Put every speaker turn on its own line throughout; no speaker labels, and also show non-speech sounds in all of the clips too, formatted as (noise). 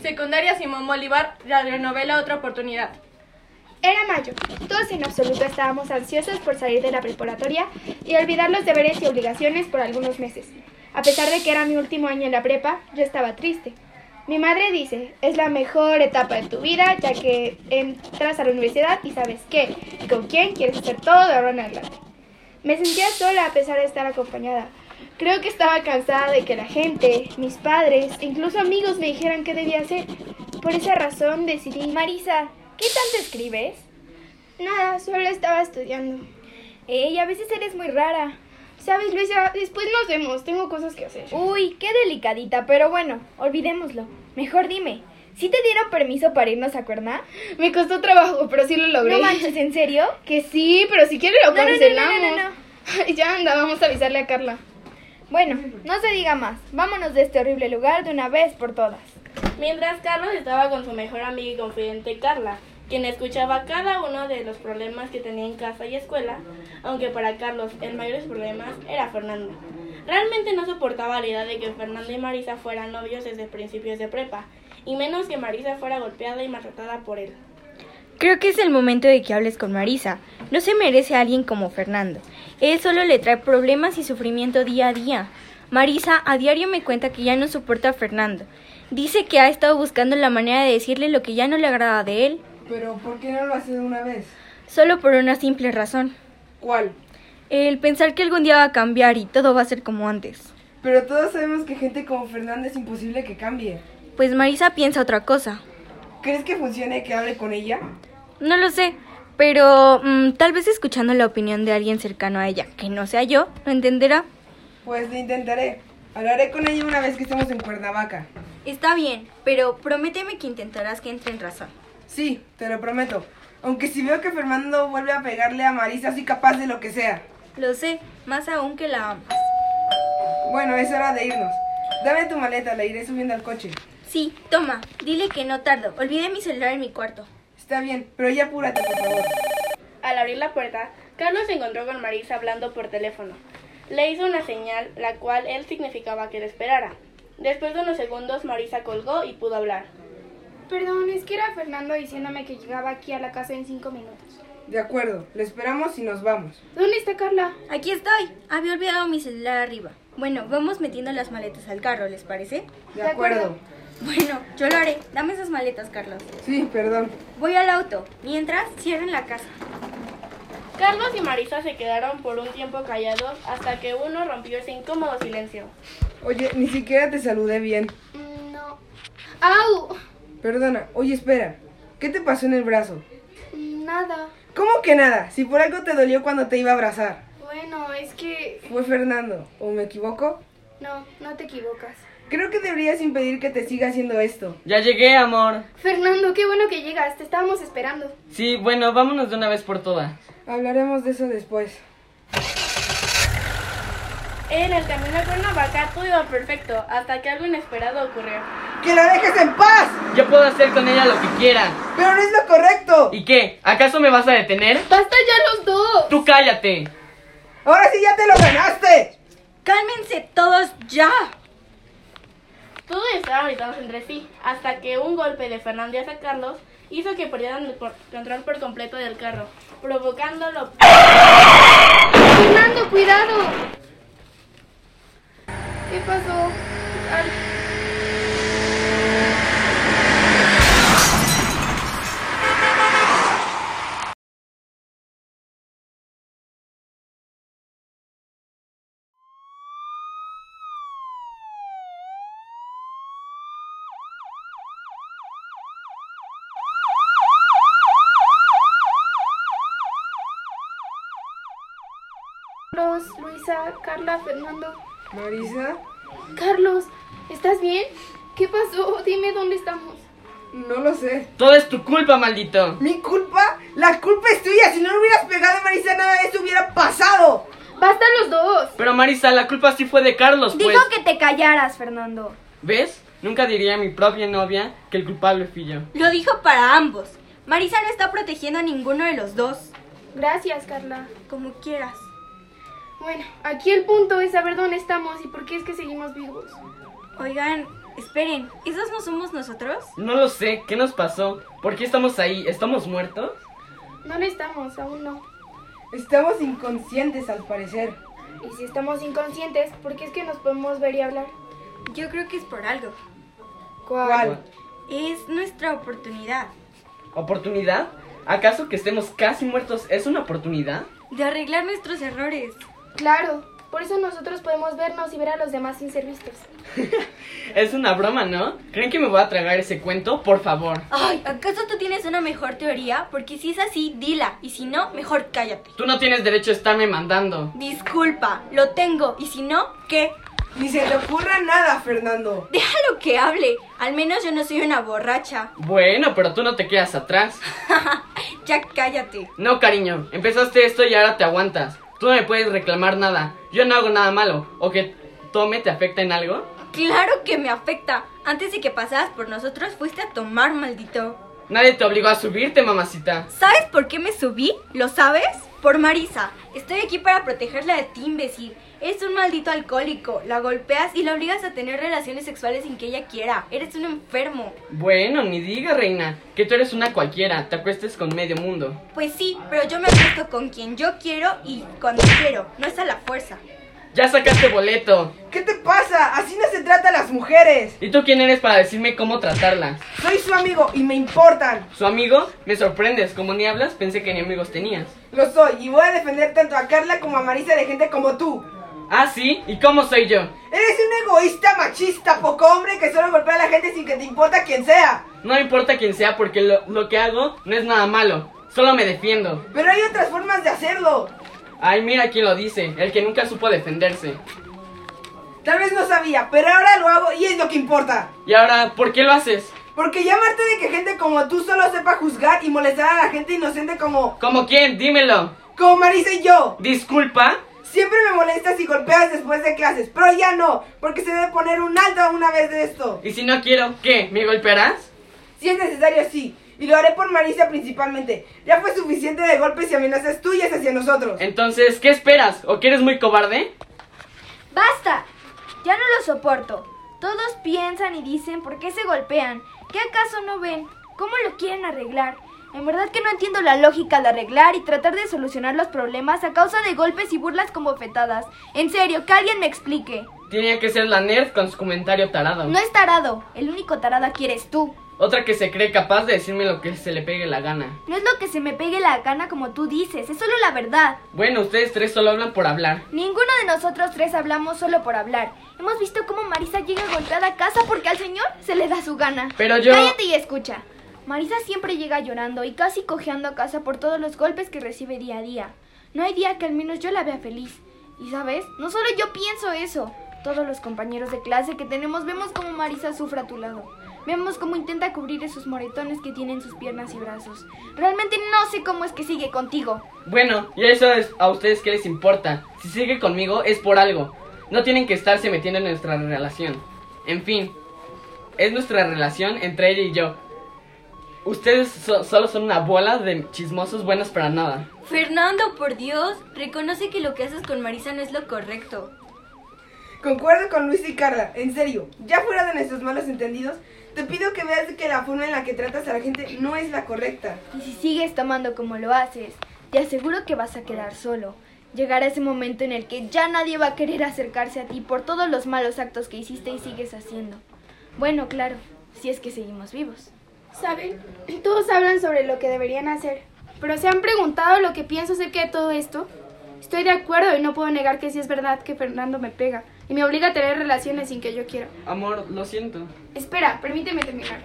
Secundaria Simón Bolívar, radionovela Otra Oportunidad.
Era mayo. Todos en absoluto estábamos ansiosos por salir de la preparatoria y olvidar los deberes y obligaciones por algunos meses. A pesar de que era mi último año en la prepa, yo estaba triste. Mi madre dice, es la mejor etapa de tu vida ya que entras a la universidad y sabes qué y con quién quieres hacer todo de ahora en adelante. Me sentía sola a pesar de estar acompañada. Creo que estaba cansada de que la gente, mis padres, incluso amigos me dijeran qué debía hacer. Por esa razón decidí...
Marisa, ¿qué tanto escribes?
Nada, solo estaba estudiando.
Ey, a veces eres muy rara.
Sabes, Luisa, después nos vemos, tengo cosas que hacer.
Uy, qué delicadita, pero bueno, olvidémoslo. Mejor dime, ¿sí te dieron permiso para irnos a Cuerna?
Me costó trabajo, pero sí lo logré.
No manches, ¿en serio?
(laughs) Que sí, pero si (laughs) quieres lo
No, no, no, no,
cancelamos.
no,
(laughs)
no, no.
Ay, ya anda, vamos a avisarle a Carla.
Bueno, no se diga más. Vámonos de este horrible lugar de una vez por todas.
Mientras Carlos estaba con su mejor amiga y confidente Carla, quien escuchaba cada uno de los problemas que tenía en casa y escuela, aunque para Carlos el mayor de sus problemas era Fernanda. Realmente no soportaba la idea de que Fernanda y Marisa fueran novios desde principios de prepa, y menos que Marisa fuera golpeada y maltratada por él.
Creo que es el momento de que hables con Marisa. No se merece a alguien como Fernando. Él solo le trae problemas y sufrimiento día a día. Marisa a diario me cuenta que ya no soporta a Fernando. Dice que ha estado buscando la manera de decirle lo que ya no le agrada de él,
Pero ¿por qué no lo haces de una vez?
solo por una simple razón.
¿Cuál?
El pensar que algún día va a cambiar y todo va a ser como antes.
Pero todos sabemos que gente como Fernanda es imposible que cambie.
Pues Marisa piensa otra cosa.
¿Crees que funcione que hable con ella?
No lo sé, pero mm, tal vez escuchando la opinión de alguien cercano a ella, que no sea yo, lo entenderá.
Pues lo intentaré. Hablaré con ella una vez que estemos en Cuernavaca.
Está bien, pero prométeme que intentarás que entre en razón.
Sí, te lo prometo. Aunque si veo que Fernando vuelve a pegarle a Marisa, soy capaz de lo que sea.
Lo sé, más aún que la amas.
Bueno, es hora de irnos. Dame tu maleta, la iré subiendo al coche.
Sí, toma, dile que no tardo. Olvidé mi celular en mi cuarto.
Está bien, pero ya apúrate, por favor.
Al abrir la puerta, Carlos se encontró con Marisa hablando por teléfono. Le hizo una señal, la cual él significaba que le esperara. Después de unos segundos, Marisa colgó y pudo hablar.
Perdón, es que era Fernando diciéndome que llegaba aquí a la casa en cinco minutos.
De acuerdo, le esperamos y nos vamos.
¿Dónde está Carla?
Aquí estoy. Había olvidado mi celular arriba. Bueno, vamos metiendo las maletas al carro, ¿les parece?
De,
De acuerdo.
acuerdo.
Bueno, yo lo haré. Dame esas maletas, Carlos.
Sí, perdón.
Voy al auto. Mientras, cierren la casa.
Carlos y Marisa se quedaron por un tiempo callados hasta que uno rompió ese incómodo silencio.
Oye, ni siquiera te saludé bien.
Mm, No. ¡Au!
Perdona, oye, espera. ¿Qué te pasó en el brazo?
Nada.
¿Cómo que nada? Si por algo te dolió cuando te iba a abrazar.
Bueno, es que...
Fue Fernando, ¿o me equivoco?
No, no te equivocas.
Creo que deberías impedir que te siga haciendo esto.
Ya llegué, amor.
Fernando, qué bueno que llegas, te estábamos esperando.
Sí, bueno, vámonos de una vez por todas.
Hablaremos de eso después.
En el camino a Cuernavaca todo iba perfecto hasta que algo inesperado ocurrió.
¡Que la dejes en paz!
Yo puedo hacer con ella lo que quiera.
¡Pero no es lo correcto!
¿Y qué? ¿Acaso me vas a detener?
¡Basta ya los dos!
Tú cállate.
¡Ahora sí ya te lo ganaste!
Cálmense todos ya.
Todos estaban gritados entre sí hasta que un golpe de Fernández a Carlos hizo que perdieran el por- control por completo del carro, provocándolo.
Fernando, cuidado. ¿Qué pasó? Al- Carlos, Luisa, Carla, Fernando.
Marisa,
Carlos, ¿estás bien? ¿Qué pasó? Dime dónde estamos.
no lo sé.
Todo es tu culpa, maldito.
¿Mi culpa? ¡La culpa es tuya! Si no lo hubieras pegado a Marisa, nada de esto hubiera pasado.
¡Basta los dos!
Pero Marisa, la culpa sí fue de Carlos, pues.
Dijo que te callaras, Fernando.
¿Ves? Nunca diría a mi propia novia que el culpable fui yo.
Lo dijo para ambos. Marisa no está protegiendo a ninguno de los dos.
Gracias, Carla.
Como quieras.
Bueno, aquí el punto es saber dónde estamos y por qué es que seguimos vivos.
Oigan, Esperen, ¿esos no somos nosotros?
No lo sé, ¿qué nos pasó? ¿Por qué estamos ahí? ¿Estamos muertos?
No lo estamos, aún no.
Estamos inconscientes al parecer.
Y si estamos inconscientes, ¿por qué es que nos podemos ver y hablar?
Yo creo que es por algo.
¿Cuál?
Es nuestra oportunidad
¿Oportunidad? ¿Acaso que estemos casi muertos es una oportunidad?
de arreglar nuestros errores.
Claro, por eso nosotros podemos vernos y ver a los demás sin ser vistos.
Es una broma, ¿no? ¿Creen que me voy a tragar ese cuento? Por favor.
Ay, ¿acaso tú tienes una mejor teoría? Porque si es así, dila. Y si no, mejor cállate.
Tú no tienes derecho a estarme mandando.
Disculpa, lo tengo. Y si no, ¿qué? (laughs)
Ni se te ocurra nada, Fernando.
Déjalo que hable. Al menos yo no soy una borracha.
Bueno, pero tú no te quedas atrás.
ya cállate.
No, cariño, empezaste esto y ahora te aguantas. Tú no me puedes reclamar nada. Yo no hago nada malo. ¿O que tome te afecta en algo?
Claro que me afecta. Antes de que pasaras por nosotros, fuiste a tomar, maldito.
Nadie te obligó a subirte, mamacita.
¿Sabes por qué me subí? ¿Lo sabes? Por Marisa. Estoy aquí para protegerla de ti, imbécil. Es un maldito alcohólico. La golpeas y la obligas a tener relaciones sexuales sin que ella quiera. Eres un enfermo.
Bueno, ni diga, reina, que tú eres una cualquiera. Te acuestes con medio mundo.
Pues sí, pero yo me acuesto con quien yo quiero y cuando quiero. No es a la fuerza.
Ya sacaste boleto.
¿Qué te pasa? Así no se trata a las mujeres.
¿Y tú quién eres para decirme cómo tratarla?
Soy su amigo y me importan.
¿Su amigo? Me sorprendes, como ni hablas, pensé que ni amigos tenías.
Lo soy y voy a defender tanto a Carla como a Marisa de gente como tú.
Ah, sí, ¿y cómo soy yo?
Eres un egoísta, machista, poco hombre que solo golpea a la gente sin que te importa quién sea.
No me importa quién sea porque lo, lo que hago no es nada malo, solo me defiendo.
Pero hay otras formas de hacerlo.
Ay, mira quién lo dice, el que nunca supo defenderse.
Tal vez no sabía, pero ahora lo hago y es lo que importa.
Y ahora, ¿por qué lo haces?
Porque llamarte de que gente como tú solo sepa juzgar y molestar a la gente inocente como...
¿Como quién? Dímelo.
Como Marisa y yo.
¿Disculpa?
Siempre me molestas y golpeas después de clases, pero ya no, porque se debe poner un alto a una vez de esto.
¿Y si no quiero, qué? ¿Me golpearás?
Si es necesario, sí. Y lo haré por Marisa principalmente. Ya fue suficiente de golpes y amenazas tuyas hacia nosotros.
Entonces, ¿qué esperas? ¿O que eres muy cobarde?
¡Basta! Ya no lo soporto. Todos piensan y dicen por qué se golpean. ¿Qué acaso no ven? ¿Cómo lo quieren arreglar? En verdad que no entiendo la lógica de arreglar y tratar de solucionar los problemas a causa de golpes y burlas con bofetadas. En serio, que alguien me explique.
Tenía que ser la nerd con su comentario tarado.
No es tarado. El único tarado aquí eres tú.
Otra que se cree capaz de decirme lo que se le pegue la gana.
No es lo que se me pegue la gana como tú dices, es solo la verdad.
Bueno, ustedes tres solo hablan por hablar.
Ninguno de nosotros tres hablamos solo por hablar. Hemos visto cómo Marisa llega golpeada a casa porque al señor se le da su gana.
Pero yo-
Cállate y escucha. Marisa siempre llega llorando y casi cojeando a casa por todos los golpes que recibe día a día. No hay día que al menos yo la vea feliz. Y sabes, no solo yo pienso eso. Todos los compañeros de clase que tenemos vemos cómo Marisa sufre a tu lado. Vemos cómo intenta cubrir esos moretones que tienen sus piernas y brazos. Realmente no sé cómo es que sigue contigo.
Bueno, y eso es a ustedes qué les importa. Si sigue conmigo es por algo. No tienen que estarse metiendo en nuestra relación. En fin, es nuestra relación entre ella y yo. Ustedes so- solo son una bola de chismosos buenos para nada.
Fernando, por Dios, reconoce que lo que haces con Marisa no es lo correcto.
Concuerdo con Luis y Carla, en serio, ya fuera de nuestros malos entendidos, te pido que veas que la forma en la que tratas a la gente no es la correcta.
Y si sigues tomando como lo haces, te aseguro que vas a quedar solo. Llegará ese momento en el que ya nadie va a querer acercarse a ti por todos los malos actos que hiciste y sigues haciendo. Bueno, claro, si es que seguimos vivos.
¿Saben? (clears throat) Todos hablan sobre lo que deberían hacer, pero ¿se han preguntado lo que pienso acerca de todo esto? Estoy de acuerdo y no puedo negar que sí es verdad que Fernando me pega y me obliga a tener relaciones sin que yo quiera.
Amor, lo siento.
Espera, permíteme terminar.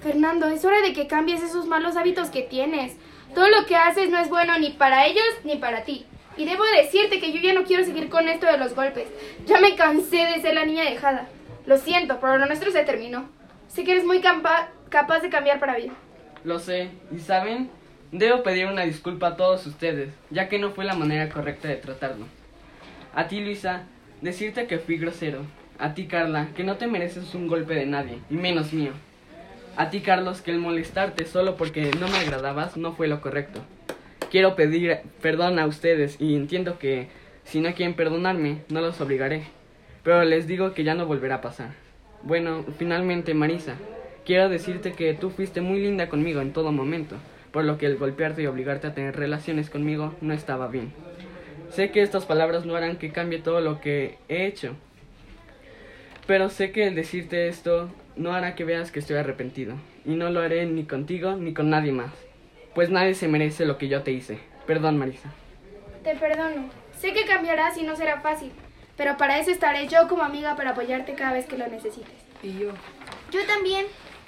Fernando, es hora de que cambies esos malos hábitos que tienes. Todo lo que haces no es bueno ni para ellos ni para ti. Y debo decirte que yo ya no quiero seguir con esto de los golpes. Ya me cansé de ser la niña dejada. Lo siento, pero lo nuestro se terminó. Sé que eres muy campa- capaz de cambiar para bien.
Lo sé. ¿Y saben? Debo pedir una disculpa a todos ustedes, ya que no fue la manera correcta de tratarlo. A ti, Luisa, decirte que fui grosero. A ti, Carla, que no te mereces un golpe de nadie, y menos mío. A ti, Carlos, que el molestarte solo porque no me agradabas no fue lo correcto. Quiero pedir perdón a ustedes y entiendo que si no quieren perdonarme, no los obligaré. Pero les digo que ya no volverá a pasar. Bueno, finalmente, Marisa, quiero decirte que tú fuiste muy linda conmigo en todo momento, por lo que el golpearte y obligarte a tener relaciones conmigo no estaba bien. Sé que estas palabras no harán que cambie todo lo que he hecho, pero sé que el decirte esto no hará que veas que estoy arrepentido, y no lo haré ni contigo ni con nadie más, pues nadie se merece lo que yo te hice. Perdón, Marisa.
Te perdono. Sé que cambiarás y no será fácil, pero para eso estaré yo como amiga para apoyarte cada vez que lo necesites.
Y yo.
Yo también.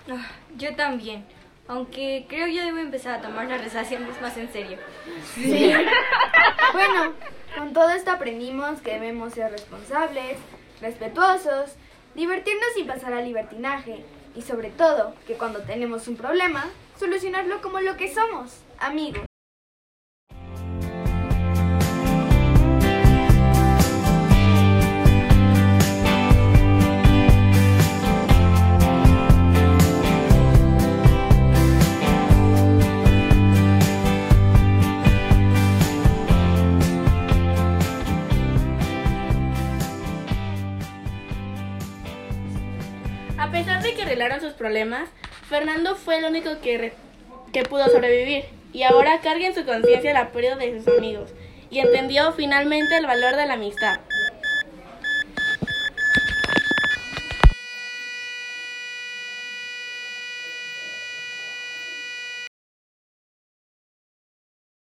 Ah, yo también. Aunque creo yo debo empezar a tomar las relaciones más en serio.
Bueno, con todo esto aprendimos que debemos ser responsables, respetuosos, divertirnos sin pasar al libertinaje y sobre todo que cuando tenemos un problema, solucionarlo como lo que somos, amigos.
A pesar de que arreglaron sus problemas, Fernando fue el único que, re- que pudo sobrevivir y ahora carga en su conciencia la pérdida de sus amigos y entendió finalmente el valor de la amistad.